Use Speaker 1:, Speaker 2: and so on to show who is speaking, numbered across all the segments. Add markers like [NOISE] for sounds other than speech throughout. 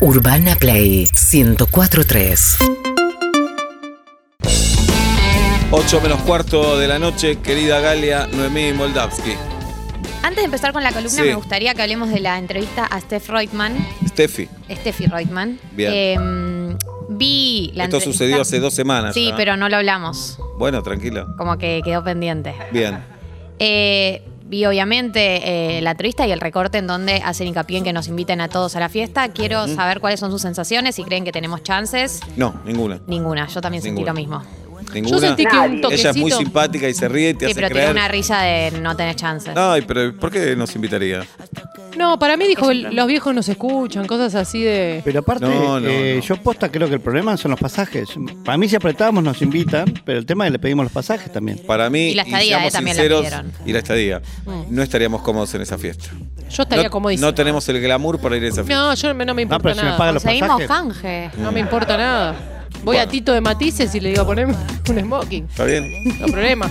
Speaker 1: Urbana Play 1043.
Speaker 2: 8 menos cuarto de la noche, querida Galia Noemí Moldavsky.
Speaker 3: Antes de empezar con la columna,
Speaker 2: Sí.
Speaker 3: me gustaría que hablemos de la entrevista a Steph Reutemann,
Speaker 2: Steffi,
Speaker 3: Steffi Reutemann.
Speaker 2: Bien.
Speaker 3: Eh, vi la
Speaker 2: esto
Speaker 3: entrevista-
Speaker 2: sucedió hace dos semanas.
Speaker 3: Sí,
Speaker 2: ya.
Speaker 3: pero no lo hablamos,
Speaker 2: Bueno, tranquila.
Speaker 3: como que quedó pendiente.
Speaker 2: Bien.
Speaker 3: Eh, vi obviamente eh, la entrevista y el recorte en donde hacen hincapié en que nos inviten a todos a la fiesta. Quiero saber cuáles son sus sensaciones, si creen que tenemos chances.
Speaker 2: No, ninguna.
Speaker 3: Ninguna, yo también sentí
Speaker 2: Ninguna.
Speaker 3: lo mismo.
Speaker 2: Ninguna.
Speaker 4: sentí que un
Speaker 2: Ella es muy
Speaker 4: toquecito-
Speaker 2: simpática y se ríe y te
Speaker 3: Sí,
Speaker 2: hace
Speaker 3: pero tiene
Speaker 2: creer.
Speaker 3: una risa de no tener chances.
Speaker 2: Ay, pero ¿por qué nos invitaría?
Speaker 4: No, para mí dijo, los viejos nos escuchan, cosas así de...
Speaker 5: Pero aparte,
Speaker 2: No, no,
Speaker 5: eh,
Speaker 2: no.
Speaker 5: yo posta creo que el problema son los pasajes. Para mí si apretamos nos invitan, pero el tema es que le pedimos los pasajes también.
Speaker 2: Para mí,
Speaker 3: Y la estadía,
Speaker 2: seamos
Speaker 3: eh, también la
Speaker 2: sinceros,
Speaker 3: pidieron. Mm.
Speaker 2: y la estadía. No estaríamos cómodos en esa fiesta.
Speaker 4: Yo estaría
Speaker 2: no,
Speaker 4: comodísimo.
Speaker 2: no tenemos el glamour para ir a esa fiesta.
Speaker 4: No, yo me- no me
Speaker 5: No,
Speaker 4: importa
Speaker 5: pero si me
Speaker 4: nada.
Speaker 5: pagan los
Speaker 3: Conseguimos
Speaker 5: pasajes.
Speaker 3: canje.
Speaker 4: no me importa nada. Voy a
Speaker 2: Bueno.
Speaker 4: Tito de Matices y le digo, poneme un smoking.
Speaker 2: ¿Está bien?
Speaker 4: No problema.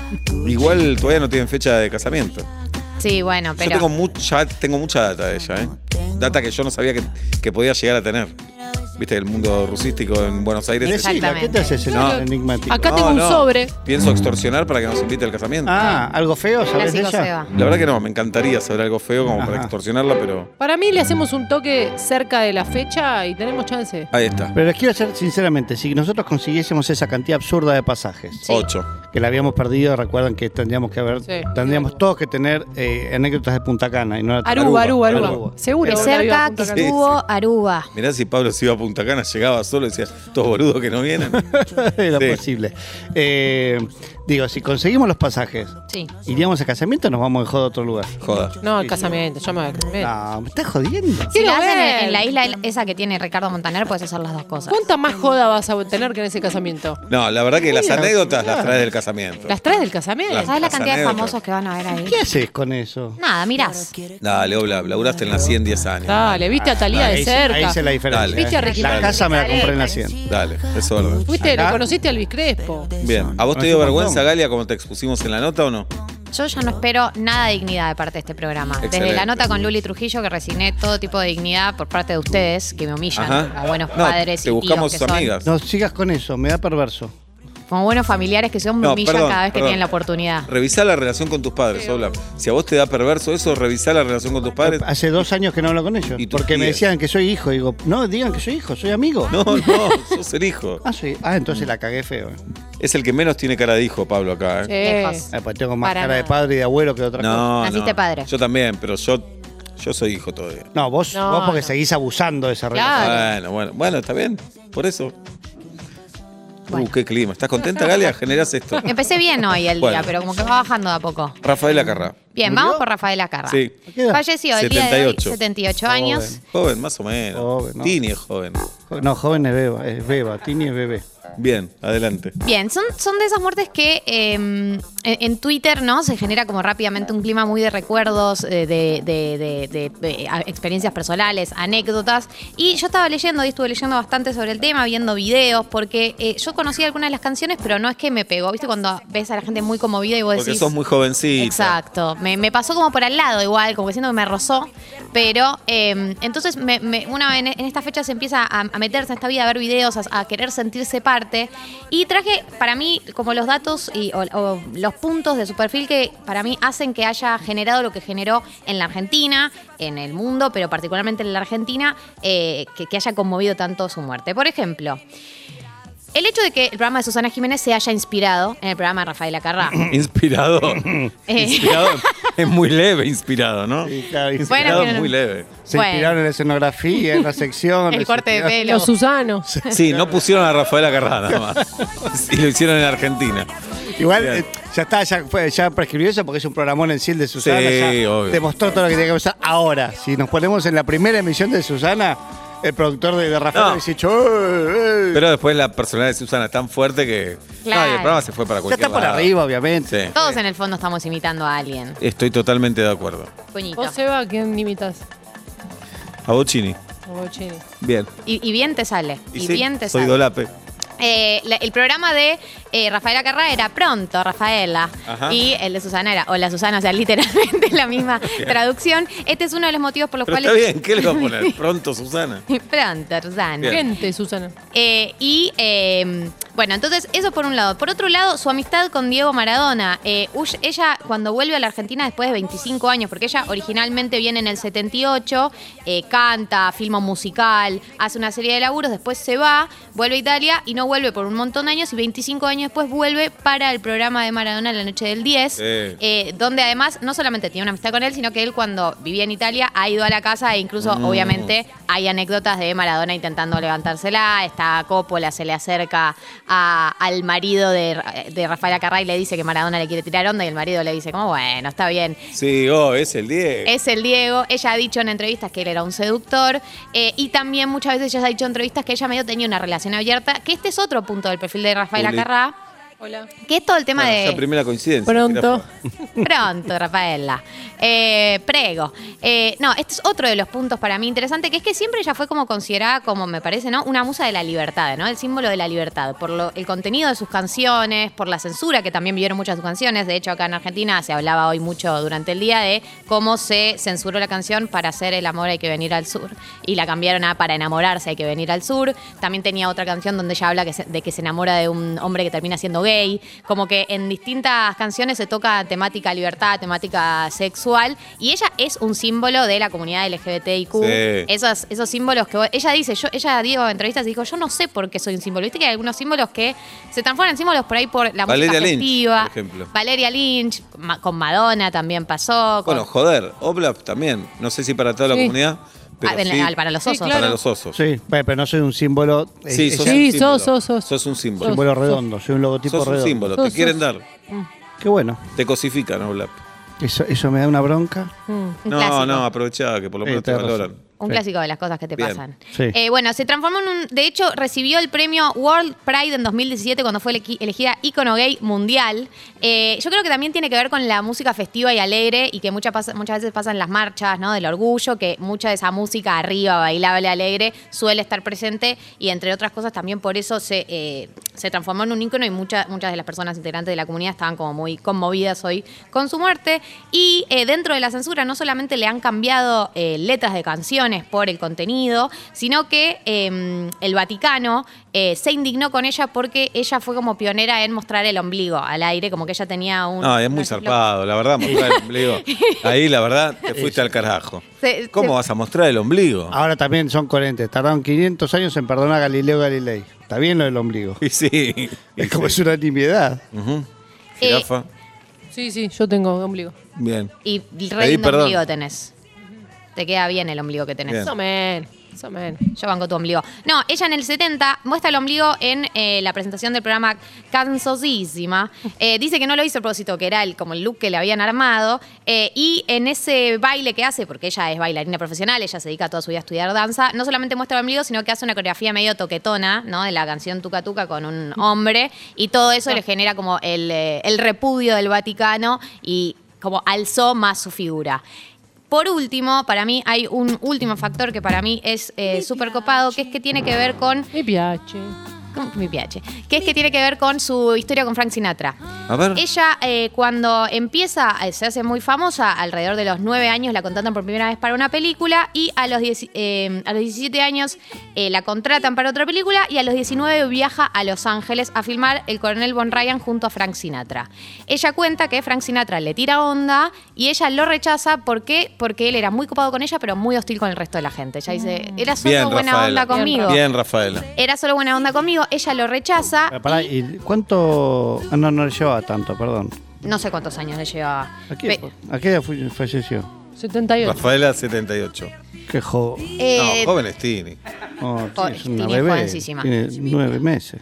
Speaker 2: Igual todavía no tienen fecha de casamiento.
Speaker 3: Sí, bueno, pero.
Speaker 2: Yo tengo mucha, tengo mucha data de ella, ¿eh? Data que yo no sabía que, que podía llegar a tener. Viste, el mundo rusístico en Buenos Aires.
Speaker 3: Exacto.
Speaker 5: Decila, ¿qué te haces
Speaker 4: No.
Speaker 5: enigmático?
Speaker 4: Acá- tengo un sobre.
Speaker 2: Pienso extorsionar para que nos invite al casamiento.
Speaker 5: Ah, ¿algo feo sabes de
Speaker 3: Clásico
Speaker 5: ella?
Speaker 3: Seba.
Speaker 2: La verdad que no, me encantaría saber algo feo como para
Speaker 5: Ajá.
Speaker 2: extorsionarla, pero
Speaker 4: Para mí le hacemos un toque cerca de la fecha y tenemos chance.
Speaker 2: ahí está.
Speaker 5: Pero les quiero ser sinceramente, si nosotros consiguiésemos esa cantidad absurda de pasajes,
Speaker 3: Sí.
Speaker 2: Ocho.
Speaker 5: que la habíamos perdido, recuerdan que tendríamos que haber,
Speaker 4: Sí.
Speaker 5: tendríamos todos que tener eh, anécdotas de Punta Cana y no la
Speaker 4: Aruba, Aruba, Aruba.
Speaker 5: Aruba. [LAUGHS]
Speaker 4: Seguro.
Speaker 3: Qué
Speaker 4: que la vida
Speaker 3: cerca que
Speaker 4: apunta acá.
Speaker 3: estuvo Aruba.
Speaker 2: Mirá si Pablo se iba a Punta Cana, llegaba solo y decía, estos boludos que no vienen.
Speaker 5: Era
Speaker 2: Sí.
Speaker 5: posible. Eh, digo, si conseguimos los pasajes,
Speaker 3: Sí.
Speaker 5: iríamos a casamiento o nos vamos de joda a otro lugar.
Speaker 2: Joda.
Speaker 4: No, el casamiento, yo me voy al casamiento.
Speaker 5: No, me estás jodiendo.
Speaker 3: Si
Speaker 4: Quiero
Speaker 3: la hacen
Speaker 4: ver.
Speaker 3: en, en la isla esa que tiene Ricardo Montaner, puedes hacer las dos cosas.
Speaker 4: ¿Cuánta más joda vas a tener que en ese casamiento?
Speaker 2: No, la verdad que las anécdotas las trae del casamiento.
Speaker 4: ¿Las traes del casamiento?
Speaker 2: Claro.
Speaker 3: ¿Sabes la
Speaker 2: Las
Speaker 3: cantidad de
Speaker 2: anécdotas.
Speaker 3: famosos que van a ver ahí?
Speaker 5: ¿Qué haces con eso?
Speaker 3: Nada, mirás.
Speaker 2: Dale, Obla, laburaste en la 100 10 años.
Speaker 4: Dale, viste a Talía
Speaker 5: Ahí
Speaker 4: de
Speaker 5: hice- Ahí
Speaker 4: cerca.
Speaker 5: hice la diferencia.
Speaker 2: Dale. Viste
Speaker 4: a
Speaker 5: ¿eh?
Speaker 4: Ricky
Speaker 5: la
Speaker 4: Martin.
Speaker 5: casa me la compré en la 100.
Speaker 2: Dale, es orden.
Speaker 4: Fuiste,
Speaker 5: Acá.
Speaker 4: lo conociste a Luis Crespo.
Speaker 2: Bien, ¿a vos te dio
Speaker 5: Hace un
Speaker 2: vergüenza,
Speaker 5: montón.
Speaker 2: Galia, como te expusimos en la nota o no?
Speaker 3: Yo ya no espero nada de dignidad de parte de este programa. Desde
Speaker 2: Excelente.
Speaker 3: la nota con Luli Trujillo, que resigné todo tipo de dignidad por parte de ustedes, que me humillan
Speaker 2: Ajá.
Speaker 3: como buenos
Speaker 2: No,
Speaker 3: padres
Speaker 2: Te
Speaker 3: y
Speaker 2: buscamos
Speaker 3: tíos
Speaker 2: sus
Speaker 3: que son,
Speaker 2: amigas.
Speaker 5: No sigas con eso, me da perverso.
Speaker 3: como buenos familiares que son me
Speaker 2: No,
Speaker 3: humillan
Speaker 2: perdón,
Speaker 3: cada vez que
Speaker 2: perdón.
Speaker 3: tienen la oportunidad.
Speaker 2: Revisá la relación con tus padres, Obla. Si a vos te da perverso eso, revisá la relación con tus padres.
Speaker 5: Hace dos años que no hablo con ellos.
Speaker 2: ¿Y tus
Speaker 5: Porque me
Speaker 2: tías?
Speaker 5: decían que soy hijo. Digo, no, digan que soy hijo, soy amigo.
Speaker 2: No, no, sos el hijo.
Speaker 5: Ah, soy, ah, entonces la cagué feo. eh.
Speaker 2: Es el que menos tiene cara de hijo, Pablo, acá. ¿eh?
Speaker 3: Lejos.
Speaker 5: Ah, pues tengo más
Speaker 3: Para
Speaker 5: cara de
Speaker 3: nada.
Speaker 5: padre y de abuelo que de otra cosa.
Speaker 2: No,
Speaker 3: Naciste
Speaker 2: no.
Speaker 3: padre.
Speaker 2: Yo también, pero yo, yo soy hijo todavía.
Speaker 5: No, vos,
Speaker 4: No,
Speaker 5: vos porque
Speaker 4: no.
Speaker 5: seguís abusando de esa
Speaker 4: Claro.
Speaker 5: relación.
Speaker 2: Bueno, bueno, bueno, está bien. Por eso.
Speaker 3: Bueno.
Speaker 2: Uh, qué clima. ¿Estás contenta, Galia? Generás
Speaker 3: [LAUGHS]
Speaker 2: esto.
Speaker 3: Empecé bien hoy el
Speaker 2: Bueno.
Speaker 3: día, pero como que va bajando de a poco.
Speaker 2: Rafael Acarra.
Speaker 3: Bien, vamos por Rafael Acarra.
Speaker 2: Sí.
Speaker 5: ¿Qué edad?
Speaker 3: Falleció el día de hoy,
Speaker 2: 78.
Speaker 3: 78 años.
Speaker 2: Joven, más o menos.
Speaker 5: Joven, ¿no?
Speaker 2: Tini es joven.
Speaker 5: Jo- No, joven es beba, es beba, Tini es bebé.
Speaker 2: Bien, adelante.
Speaker 3: Bien, son, son de esas muertes que eh, en, en Twitter no se genera como rápidamente un clima muy de recuerdos, eh, de, de- de- de- de, a- experiencias personales, anécdotas. Y yo estaba leyendo, y estuve leyendo bastante sobre el tema, viendo videos, porque eh, yo conocía algunas de las canciones, pero no es que me pegó. ¿Viste cuando ves a la gente muy conmovida y vos
Speaker 2: Porque
Speaker 3: decís...
Speaker 2: sos muy jovencita.
Speaker 3: Exacto. Me, me pasó como por al lado igual, como que siento que me rozó. Pero eh, entonces me- me- una vez en, en esta fecha se empieza a, a meterse en esta vida, a ver videos, a, a querer sentirse parte. Y traje para mí como los datos y, o- o los puntos de su perfil que para mí hacen que haya generado lo que generó en la Argentina, en el mundo, pero particularmente en la Argentina, eh, que, que haya conmovido tanto su muerte. Por ejemplo, el hecho de que el programa de Susana Jiménez se haya inspirado en el programa de Eh, Rafael Acarra.
Speaker 2: Inspirado.
Speaker 5: [LAUGHS]
Speaker 2: inspirado. [LAUGHS] Es muy leve, inspirado, ¿no?
Speaker 5: Sí, claro, y-
Speaker 3: Bueno,
Speaker 2: Inspirado
Speaker 3: pero-
Speaker 2: muy leve.
Speaker 5: Se
Speaker 3: Bueno.
Speaker 5: inspiraron en la escenografía, en la sección.
Speaker 3: El corte de pelo.
Speaker 4: Los Susanos.
Speaker 2: Sí, no pusieron a Rafael Acarra nada más. Y lo hicieron en Argentina.
Speaker 5: Igual,
Speaker 2: Bien.
Speaker 5: eh, ya está, ya, fue- ya prescribió eso porque es un programón en sí el de Susana.
Speaker 2: Sí,
Speaker 5: ya
Speaker 2: obvio.
Speaker 5: Demostró todo lo que tenía que pasar. Ahora, si nos ponemos en la primera emisión de Susana, el productor de, de Rafael
Speaker 2: No.
Speaker 5: hubiese dicho, "Eh, eh".
Speaker 2: Pero después la personalidad de Susana es tan fuerte que.
Speaker 3: Claro.
Speaker 2: No, y el programa se fue para
Speaker 5: ya
Speaker 2: cualquier
Speaker 5: está por
Speaker 2: lado.
Speaker 5: arriba, obviamente.
Speaker 2: Sí.
Speaker 3: Todos en el fondo estamos imitando a alguien.
Speaker 2: Estoy totalmente de acuerdo.
Speaker 3: Coñito.
Speaker 4: Vos, Seba, ¿quién imitas?
Speaker 2: A Bocini.
Speaker 4: A Bochini.
Speaker 2: Bien.
Speaker 3: Y, y bien te sale. Y,
Speaker 2: sí,
Speaker 3: bien te
Speaker 2: Soy
Speaker 3: sale.
Speaker 2: Dolape.
Speaker 3: Eh, la- el programa de eh, Rafaela Carrá era pronto, Rafaela.
Speaker 2: Ajá.
Speaker 3: Y el de Susana era hola Susana, o sea, [LAUGHS] literalmente la misma traducción. Este es uno de los motivos por los
Speaker 2: Pero está
Speaker 3: cuales.
Speaker 2: bien, ¿qué le va a poner? Pronto, Susana.
Speaker 3: [LAUGHS] pronto, Susana.
Speaker 2: Bien.
Speaker 4: Gente, Susana.
Speaker 3: Eh, y eh, bueno, entonces eso por un lado. Por otro lado, su amistad con Diego Maradona. Eh, Ush- ella cuando vuelve a la Argentina después de 25 años, porque ella originalmente viene en el 78, eh, canta, filma un musical, hace una serie de laburos, después se va, vuelve a Italia y no vuelve por un montón de años y 25 años después vuelve para el programa de Maradona la noche del 10.
Speaker 2: Sí.
Speaker 3: eh, donde además no solamente tiene una amistad con él, sino que él cuando vivía en Italia ha ido a la casa e incluso
Speaker 2: Mm.
Speaker 3: obviamente hay anécdotas de Maradona intentando levantársela. Está Coppola, se le acerca a- al marido de, de Rafaela Carrá y le dice que Maradona le quiere tirar onda. Y el marido le dice, como bueno, está bien.
Speaker 2: Sí, oh, es el 10.
Speaker 3: Es el Diego. Ella ha dicho en entrevistas que él era un seductor. eh, y también muchas veces ella ha dicho en entrevistas que ella medio tenía una relación abierta. Que este es otro punto del perfil de Rafaela
Speaker 2: Juli.
Speaker 3: Carrá.
Speaker 4: Hola.
Speaker 3: Que es todo el tema de.
Speaker 2: Esa primera coincidencia.
Speaker 4: Pronto.
Speaker 3: [LAUGHS] Pronto, Rafaela. Eh, prego. Eh, no, este es otro de los puntos para mí interesante, que es que siempre ella fue como considerada, como me parece, ¿no? Una musa de la libertad, ¿no? El símbolo de la libertad, por lo- el contenido de sus canciones, por la censura que también vivieron muchas de sus canciones. De hecho, acá en Argentina se hablaba hoy mucho durante el día de cómo se censuró la canción para hacer el amor hay que venir al sur. Y la cambiaron a para enamorarse hay que venir al sur. También tenía otra canción donde ella habla que se- de que se enamora de un hombre que termina siendo gay. Como que en distintas canciones se toca temática libertad, temática sexual. Y ella es un símbolo de la comunidad LGBTIQ.
Speaker 2: Sí.
Speaker 3: Esos, esos símbolos que vos- ella dice, yo, ella Diego en entrevistas dijo, yo no sé por qué soy un símbolo. Viste que hay algunos símbolos que se transforman en símbolos por ahí por la
Speaker 2: Valeria
Speaker 3: música
Speaker 2: Lynch,
Speaker 3: festiva.
Speaker 2: por ejemplo.
Speaker 3: Valeria Lynch, ma- con Madonna también pasó. con-
Speaker 2: Bueno, joder, Oblap también. No sé si para toda la
Speaker 4: Sí.
Speaker 2: comunidad, pero
Speaker 3: Ah, en-
Speaker 2: sí
Speaker 3: al- para los
Speaker 4: Sí,
Speaker 3: osos.
Speaker 2: para
Speaker 4: claro.
Speaker 2: los osos.
Speaker 5: Sí, bueno, pero no soy un símbolo. eh,
Speaker 2: Sí,
Speaker 5: es
Speaker 2: sos
Speaker 5: un
Speaker 4: Sí,
Speaker 2: un símbolo.
Speaker 4: sos, sos, sos.
Speaker 2: un símbolo.
Speaker 5: símbolo redondo, soy un logotipo
Speaker 2: Sos un
Speaker 5: redondo.
Speaker 2: símbolo.
Speaker 4: Sos,
Speaker 2: Te quieren
Speaker 4: sos.
Speaker 2: dar.
Speaker 5: Qué bueno.
Speaker 2: Te cosifican, Oblap.
Speaker 5: Eso, eso me da una bronca.
Speaker 3: Un
Speaker 2: No,
Speaker 3: clásico.
Speaker 2: no, aprovechá que por lo
Speaker 5: Sí,
Speaker 2: menos te
Speaker 5: tenés razón.
Speaker 2: valoran.
Speaker 3: Un
Speaker 5: Sí.
Speaker 3: clásico de las cosas que te
Speaker 2: Bien.
Speaker 3: pasan.
Speaker 5: Sí.
Speaker 3: Eh, bueno, se transformó en un. De hecho, recibió el premio World Pride en 2017 cuando fue elequi- elegida icono gay mundial. Eh, yo creo que también tiene que ver con la música festiva y alegre y que muchas pas- muchas veces pasan las marchas, ¿no? Del orgullo, que mucha de esa música arriba, bailable, alegre, suele estar presente y entre otras cosas también por eso se, eh, se transformó en un ícono y muchas muchas de las personas integrantes de la comunidad estaban como muy conmovidas hoy con su muerte. Y eh, dentro de la censura no solamente le han cambiado eh, letras de canciones por el contenido, sino que eh, el Vaticano eh, se indignó con ella porque ella fue como pionera en mostrar el ombligo al aire, como que ella tenía un...
Speaker 2: No, Ah, es muy
Speaker 3: un ejemplo-
Speaker 2: zarpado, la verdad, mostrar el
Speaker 3: [LAUGHS]
Speaker 2: ombligo. Ahí, la verdad, te fuiste al carajo.
Speaker 3: Se- se-
Speaker 2: ¿Cómo vas a mostrar el ombligo?
Speaker 5: Ahora también son coherentes. Tardaron 500 años en perdonar a Galileo Galilei. Está bien lo del ombligo.
Speaker 2: [LAUGHS] Y sí. y
Speaker 5: Es como es
Speaker 2: sí.
Speaker 5: una nimiedad.
Speaker 2: Ujú.
Speaker 3: Eh,
Speaker 2: Jirafa.
Speaker 4: Sí, sí, yo tengo ombligo.
Speaker 2: Bien.
Speaker 3: Y re
Speaker 2: Pedí
Speaker 3: lindo
Speaker 2: perdón.
Speaker 3: ombligo tenés. Te queda bien el ombligo que tenés.
Speaker 2: Bien.
Speaker 4: Más o menos, más o menos.
Speaker 3: Yo banco tu ombligo. No, ella en el 70 muestra el ombligo en eh, la presentación del programa Cansosísima. Eh, dice que no lo hizo a propósito, que era el, como el look que le habían armado. Eh, y en ese baile que hace, porque ella es bailarina profesional, ella se dedica toda su vida a estudiar danza, no solamente muestra el ombligo, sino que hace una coreografía medio toquetona, ¿no? De la canción Tuca Tuca con un hombre. Y todo eso le genera como el, eh, el repudio del Vaticano y como alzó más su figura. Por último, para mí hay un último factor que para mí es eh, súper copado, que es que tiene que ver con,
Speaker 4: Mi piace.
Speaker 3: con mi PH, que es que tiene que ver con su historia con Frank Sinatra.
Speaker 2: A ver.
Speaker 3: Ella eh, cuando empieza, eh, se hace muy famosa, alrededor de los nueve años la contratan por primera vez para una película y a los, dieci- eh, a los 17 años eh, la contratan para otra película y a los 19 viaja a Los Ángeles a filmar El coronel Von Ryan junto a Frank Sinatra. Ella cuenta que Frank Sinatra le tira onda y ella lo rechaza ¿por qué? porque él era muy copado con ella pero muy hostil con el resto de la gente. Ella dice, era
Speaker 2: Mm.
Speaker 3: solo
Speaker 2: Bien,
Speaker 3: buena
Speaker 2: Rafaela.
Speaker 3: onda conmigo.
Speaker 2: Bien, Rafaela.
Speaker 3: Era solo buena onda conmigo, ella lo rechaza.
Speaker 5: Pero pará, ¿y cuánto.? Ah, no, no le llevaba tanto, perdón.
Speaker 3: No sé cuántos años le llevaba.
Speaker 5: ¿A
Speaker 3: Pe-
Speaker 5: qué, a qué edad fu- falleció?
Speaker 4: 78.
Speaker 2: Rafaela, 78.
Speaker 5: Qué joven.
Speaker 3: Eh,
Speaker 2: no, joven Stini.
Speaker 5: Oh, sí,
Speaker 3: Pobre,
Speaker 5: es una
Speaker 3: tiene
Speaker 5: bebé.
Speaker 3: jovencísima.
Speaker 5: Tiene nueve meses.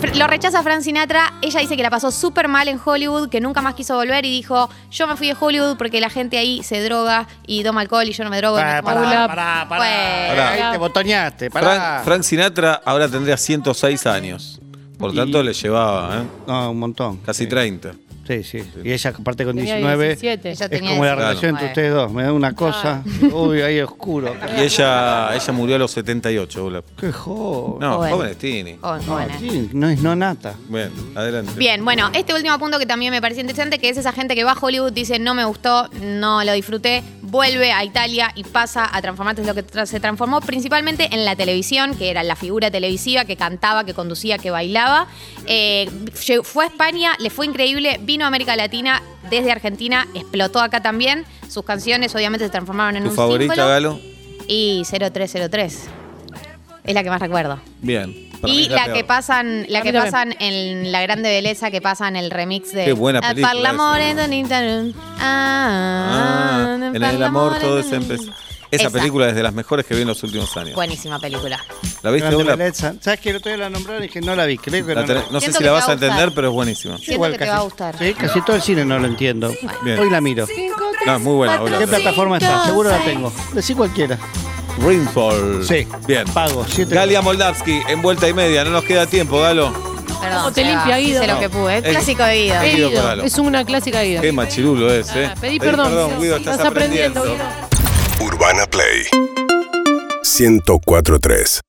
Speaker 3: Fr- Lo rechaza Fran Sinatra. Ella dice que la pasó súper mal en Hollywood, que nunca más quiso volver y dijo: Yo me fui de Hollywood porque la gente ahí se droga y toma alcohol y yo no me drogo. y no
Speaker 5: Pará,
Speaker 3: tomo
Speaker 5: Ah, pará,
Speaker 3: alcohol".
Speaker 5: pará, pará.
Speaker 3: Bueno,
Speaker 2: Pará.
Speaker 5: Ahí te botoneaste, pará.
Speaker 2: Frank, Frank Sinatra ahora tendría 106 años. Por tanto, le llevaba ¿eh?
Speaker 5: No, un montón.
Speaker 2: casi 30.
Speaker 5: Sí, sí. Y ella, aparte con
Speaker 4: Tenía
Speaker 5: 19,
Speaker 4: 17.
Speaker 3: Ella
Speaker 5: es
Speaker 3: tenía
Speaker 5: como la
Speaker 3: 19.
Speaker 5: relación entre ustedes dos. Me da una cosa.
Speaker 3: Ah.
Speaker 5: Uy, ahí oscuro.
Speaker 2: Y ella, ella murió a los 78, boludo.
Speaker 5: Qué joven.
Speaker 2: No,
Speaker 3: Joven.
Speaker 2: jóvenes Tini.
Speaker 3: Pues, Oh,
Speaker 5: No,
Speaker 3: bueno.
Speaker 5: Ah, sí, no es no nata.
Speaker 2: Bueno, adelante.
Speaker 3: Bien, bueno, este último punto que también me pareció interesante, que es esa gente que va a Hollywood, dice no me gustó, no lo disfruté, vuelve a Italia y pasa a transformarse en lo que tra- se transformó principalmente en la televisión, que era la figura televisiva que cantaba, que conducía, que bailaba. Eh, lle- fue a España, le fue increíble, vino a América Latina desde Argentina, explotó acá también. Sus canciones obviamente se transformaron en
Speaker 2: ¿Tu
Speaker 3: un
Speaker 2: favorita,
Speaker 3: símbolo.
Speaker 2: Galo?
Speaker 3: Y 0303. Es la que más recuerdo.
Speaker 2: Bien. Para mí
Speaker 3: Y
Speaker 2: es
Speaker 3: la,
Speaker 2: peor.
Speaker 3: que pasan, la
Speaker 4: A
Speaker 3: que
Speaker 4: mí también.
Speaker 3: pasan en la grande belleza que pasa en el remix de
Speaker 2: Qué buena
Speaker 3: Ah,
Speaker 2: película
Speaker 3: Par l'amore
Speaker 2: esa.
Speaker 3: d'un italiano. Ah,
Speaker 2: Ah, en
Speaker 3: par
Speaker 2: el amor
Speaker 3: l'amore
Speaker 2: todo
Speaker 3: d'un
Speaker 2: es empezar.
Speaker 3: italiano.
Speaker 2: Esa
Speaker 3: Esa.
Speaker 2: película es de las mejores que vi en los últimos años.
Speaker 3: Buenísima película.
Speaker 2: ¿La viste
Speaker 5: Grande
Speaker 2: Ola?
Speaker 5: Belleza. ¿Sabes que el otro día la nombraron y dije no la vi? Creo que
Speaker 2: La
Speaker 5: no.
Speaker 2: tenés-
Speaker 5: la
Speaker 2: no sé si
Speaker 3: Siento que
Speaker 2: la vas
Speaker 3: te va
Speaker 2: a
Speaker 3: a gustar.
Speaker 2: entender, pero es buenísima.
Speaker 5: vi.
Speaker 3: Siento que te va a gustar.
Speaker 5: Sí, casi todo el cine no lo entiendo.
Speaker 2: Bien.
Speaker 5: Hoy la miro.
Speaker 2: No, es muy buena. Ola.
Speaker 5: ¿Qué plataforma está? Seguro la tengo. Decí cualquiera.
Speaker 2: Rainfall.
Speaker 5: Sí.
Speaker 2: Bien.
Speaker 5: Pago. Siete
Speaker 2: Galia Moldavsky, en vuelta y media. No nos queda tiempo, Galo.
Speaker 3: Perdón,
Speaker 4: ¿Cómo te
Speaker 3: Seba,
Speaker 4: limpia, Guido?
Speaker 3: Hice lo
Speaker 2: No.
Speaker 3: que pude. Es
Speaker 2: Es-
Speaker 3: clásico de Guido.
Speaker 2: es- Guido Corralo.
Speaker 4: Es una clásica de Guido.
Speaker 2: Qué machirulo es, ¿eh?
Speaker 4: Ah, pedí perdón.
Speaker 2: Guido, estás, aprendiendo.
Speaker 4: Guido.
Speaker 6: Urbana Play 1043